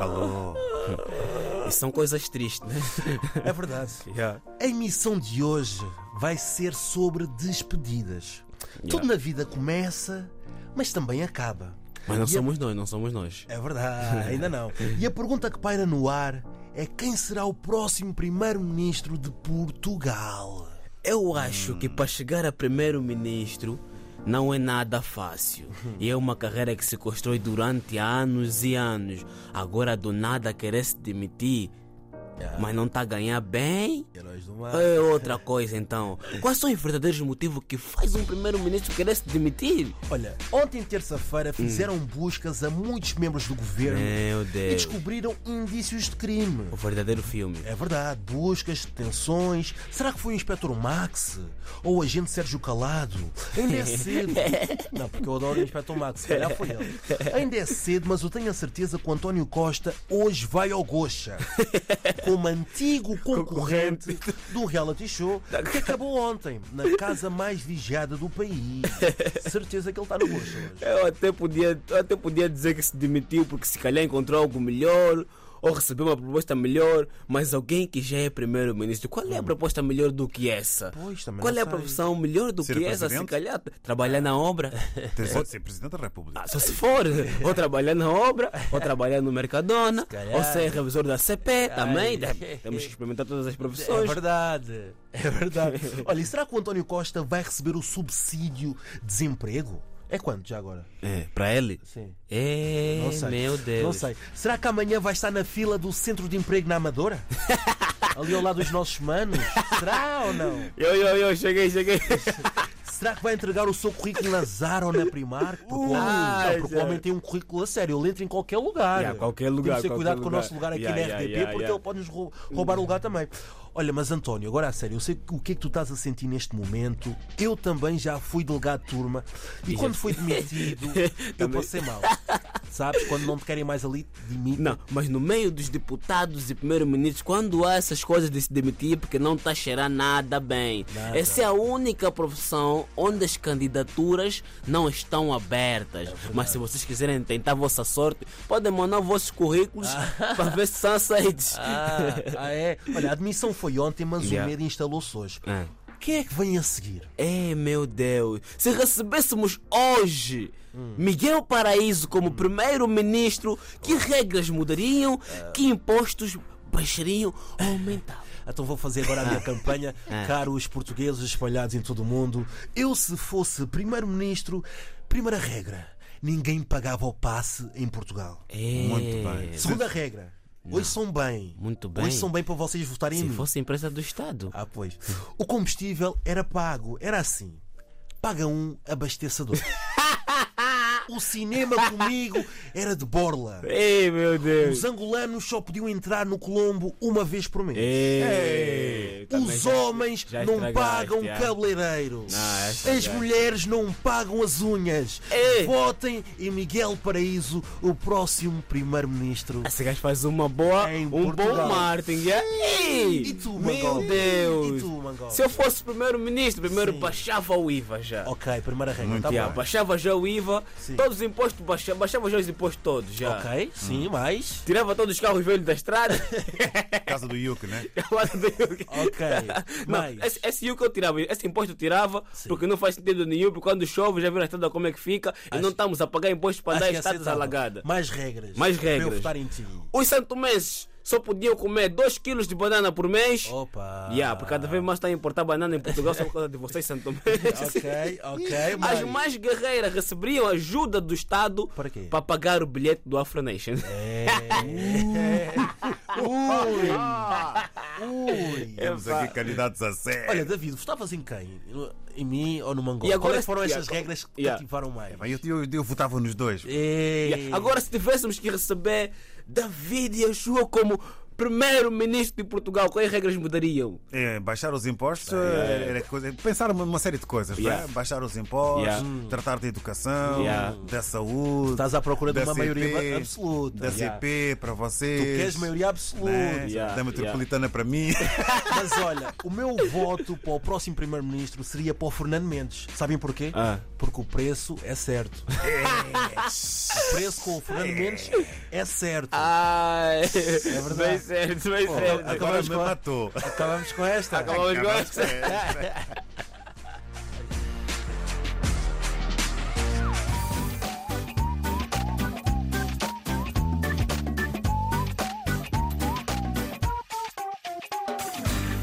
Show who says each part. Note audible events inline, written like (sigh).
Speaker 1: Alô.
Speaker 2: E são coisas tristes, né?
Speaker 1: É verdade. A emissão de hoje vai ser sobre despedidas. Tudo na vida começa, mas também acaba.
Speaker 2: Mas não
Speaker 1: E a-
Speaker 2: somos nós, não somos nós.
Speaker 1: É verdade, ainda não. E a pergunta que paira no ar é quem será o próximo primeiro-ministro de Portugal?
Speaker 2: Eu acho que para chegar a primeiro-ministro não é nada fácil. E é uma carreira que se constrói durante anos e anos. Agora do nada querer se demitir, mas não está a ganhar bem.
Speaker 1: Heróis do mar.
Speaker 2: É outra coisa então. Quais são os verdadeiros motivos que faz um primeiro-ministro querer se demitir?
Speaker 1: Olha, ontem terça-feira fizeram buscas a muitos membros do governo
Speaker 2: Meu
Speaker 1: e
Speaker 2: Deus.
Speaker 1: descobriram indícios de crime.
Speaker 2: O verdadeiro filme.
Speaker 1: É verdade, buscas, detenções. Será que foi o Inspector Max? Ou o agente Sérgio Calado? Ainda é cedo. Não, porque eu adoro o Inspector Max, se calhar foi ele. Ainda é cedo, mas eu tenho a certeza que o António Costa hoje vai ao Gocha. Como antigo concorrente do reality show que acabou ontem, na casa mais vigiada do país. Certeza que ele está no Gocha hoje.
Speaker 2: Eu até podia, eu até podia dizer que se demitiu porque se calhar encontrou algo melhor ou recebeu uma proposta melhor, mas alguém que já é primeiro-ministro, qual é a proposta melhor do que essa?
Speaker 1: Hum. Pois, também
Speaker 2: qual
Speaker 1: não
Speaker 2: é a
Speaker 1: sei.
Speaker 2: profissão melhor do
Speaker 3: Ser
Speaker 2: que essa? Se
Speaker 3: presidente?
Speaker 2: calhar trabalhar na obra,
Speaker 1: (laughs)
Speaker 3: Tens de ser Presidente da República.
Speaker 2: Ah, só se for, ou trabalhar na obra, ou trabalhar no
Speaker 1: (laughs)
Speaker 2: Mercadona,
Speaker 1: calhar.
Speaker 2: ou ser revisor da CP também. né?
Speaker 1: (laughs) Ai.
Speaker 2: Temos que experimentar todas as
Speaker 1: É
Speaker 2: profissões.
Speaker 1: verdade.
Speaker 2: (laughs)
Speaker 1: É verdade. Olha, e será que o António Costa vai receber o subsídio desemprego? É quanto já agora?
Speaker 2: É, para ele.
Speaker 1: Sim.
Speaker 2: É,
Speaker 1: Não sei.
Speaker 2: meu Deus.
Speaker 1: Não sei. Será que amanhã vai estar na fila do centro de emprego
Speaker 2: (laughs)
Speaker 1: na Amadora? Ali ao lado dos nossos manos? Será ou não?
Speaker 2: Eu, eu, eu, cheguei, cheguei.
Speaker 1: Será que vai entregar o seu currículo na Zara ou na Primark? Porque, o, homem,
Speaker 2: Ah,
Speaker 1: não, porque o
Speaker 2: já.
Speaker 1: homem tem um currículo a sério. Ele entra em qualquer lugar.
Speaker 2: Yeah, qualquer lugar,
Speaker 1: Temos que ter
Speaker 2: qualquer
Speaker 1: cuidado com o
Speaker 2: lugar.
Speaker 1: nosso lugar aqui
Speaker 2: Yeah,
Speaker 1: na
Speaker 2: yeah,
Speaker 1: RDP
Speaker 2: yeah,
Speaker 1: porque
Speaker 2: yeah.
Speaker 1: ele pode nos rou- roubar o lugar também. Olha, mas António, agora a sério, eu sei o que é que tu estás a sentir neste momento. Eu também já fui delegado de turma e, quando fui
Speaker 2: (laughs)
Speaker 1: demitido, eu
Speaker 2: Também.
Speaker 1: passei mal. Sabes? Quando não te querem mais ali, dimitem.
Speaker 2: Não, mas no meio dos deputados e primeiros-ministros, quando há essas coisas de se demitir, porque não está a cheirar nada bem.
Speaker 1: Nada.
Speaker 2: Essa é a única profissão onde as candidaturas não estão
Speaker 1: É
Speaker 2: abertas. mas se vocês quiserem tentar a vossa sorte, podem mandar vossos currículos (laughs) para ver se são aceitos.
Speaker 1: (laughs) Ah, ah, é? Olha, a admissão foi ontem, mas o
Speaker 2: Yeah.
Speaker 1: medo instalou-se hoje.
Speaker 2: É.
Speaker 1: Quem é que vem a seguir?
Speaker 2: É, meu Deus. Se recebêssemos hoje
Speaker 1: Hum.
Speaker 2: Miguel Paraíso como primeiro-ministro, que regras mudariam?
Speaker 1: É.
Speaker 2: Que impostos baixariam ou aumentavam?
Speaker 1: Então vou fazer agora a
Speaker 2: (laughs)
Speaker 1: minha campanha.
Speaker 2: É.
Speaker 1: Caros portugueses espalhados em todo o mundo, eu se fosse primeiro-ministro, primeira regra, ninguém pagava o passe em Portugal.
Speaker 2: É,
Speaker 3: Muito bem.
Speaker 1: Segunda regra, hoje são bem.
Speaker 2: Muito bem.
Speaker 1: Hoje são bem para vocês votarem em
Speaker 2: Se
Speaker 1: mim.
Speaker 2: fosse empresa do Estado.
Speaker 1: Ah, pois. O combustível era pago, era assim. Paga um
Speaker 2: (laughs)
Speaker 1: abasteçador. O cinema comigo era de borla.
Speaker 2: Ei, meu Deus.
Speaker 1: Os angolanos só podiam entrar no Colombo uma vez por mês.
Speaker 2: É. Ei, também
Speaker 1: Os
Speaker 2: já-
Speaker 1: homens
Speaker 2: já
Speaker 1: não
Speaker 2: estragaste,
Speaker 1: pagam
Speaker 2: já.
Speaker 1: cabeleireiro.
Speaker 2: já
Speaker 1: As
Speaker 2: estragaste.
Speaker 1: mulheres não pagam as unhas.
Speaker 2: Ei.
Speaker 1: Votem em Miguel Paraíso, o próximo primeiro-ministro.
Speaker 2: Esse gajo faz uma boa,
Speaker 1: É Em
Speaker 2: um bom
Speaker 1: Portugal.
Speaker 2: marketing. já. Ei,
Speaker 1: E tu,
Speaker 2: meu
Speaker 1: Mangola?
Speaker 2: Deus.
Speaker 1: E tu, Mangola?
Speaker 2: Se eu fosse primeiro-ministro, primeiro baixava o IVA já.
Speaker 1: Ok, primeira regra.
Speaker 3: Muito
Speaker 1: tá
Speaker 2: Já,
Speaker 3: bem.
Speaker 2: baixava já o IVA,
Speaker 1: Sim.
Speaker 2: todos os impostos, baixava, baixava já os impostos todos já.
Speaker 1: bom. Ok, sim, mais.
Speaker 2: Tirava todos os carros velhos da estrada. (laughs)
Speaker 3: Casa do Yuke, né?
Speaker 1: Ok,
Speaker 2: (laughs) Não,
Speaker 1: mais.
Speaker 2: esse, é esse IU que eu tirava, esse imposto eu tirava, porque não faz sentido nenhum, porque quando chove já viram a estrada como é que fica, e não estamos a pagar imposto para
Speaker 1: Acho
Speaker 2: dar
Speaker 1: que
Speaker 2: estrada
Speaker 1: aceitável.
Speaker 2: alagada.
Speaker 1: Mais regras.
Speaker 2: Mais
Speaker 1: Para eu
Speaker 2: regras.
Speaker 1: votar em ti.
Speaker 2: Os santomenses só podiam comer 2 kg de banana por mês.
Speaker 1: Oh, Opa.
Speaker 2: Yeah, porque cada vez mais está a importar banana em Portugal só por causa de vocês, santomenses.
Speaker 1: (laughs) Ok, ok,
Speaker 2: (laughs) As
Speaker 1: mais.
Speaker 2: mais guerreiras receberiam ajuda do Estado
Speaker 1: Para quê? É.
Speaker 2: para pagar o bilhete do Afro Nation.
Speaker 1: (laughs)
Speaker 2: (laughs) (laughs)
Speaker 1: Ui.
Speaker 3: Temos aqui candidatos a
Speaker 1: É Olha,
Speaker 3: sério.
Speaker 1: David, vostavas em quem? No- Em mim ou no Mangola?
Speaker 2: E agora-
Speaker 1: Quais é que foram
Speaker 2: e
Speaker 1: estas
Speaker 2: agora-
Speaker 1: regras que te
Speaker 2: Yeah. É
Speaker 1: ativaram mais?
Speaker 3: Eu, eu, eu votava nos dois.
Speaker 1: Ei.
Speaker 2: Agora, se tivéssemos que receber David Yeshua como Primeiro-Ministro de Portugal, quais regras mudariam?
Speaker 3: É, baixar os impostos é, era coisa- Pensar uma, uma série de coisas, não é?
Speaker 2: Yeah.
Speaker 3: Baixar os impostos,
Speaker 2: Yeah.
Speaker 3: tratar da educação,
Speaker 2: Yeah.
Speaker 3: da saúde.
Speaker 1: Estás à procura de
Speaker 3: da
Speaker 1: uma
Speaker 3: CP,
Speaker 1: maioria absoluta.
Speaker 3: Da
Speaker 1: Yeah.
Speaker 3: CP para vocês.
Speaker 1: Tu queres maioria absoluta.
Speaker 3: né?
Speaker 2: Yeah,
Speaker 3: Da metropolitana para mim.
Speaker 1: Mas olha, o meu voto para o próximo primeiro-ministro seria para o Fernando Mendes. Sabem porquê?
Speaker 2: Ah. É.
Speaker 1: Porque o preço é certo. o preço com o Fernando Mendes é certo.
Speaker 2: Ah. Ai, bem certo, bem certo.
Speaker 1: Acabamos
Speaker 3: Agora me
Speaker 1: com a-
Speaker 3: matou.
Speaker 1: Acabamos com esta.
Speaker 2: Acabamos com
Speaker 3: então, Acabamos é,
Speaker 2: esta.
Speaker 3: com esta.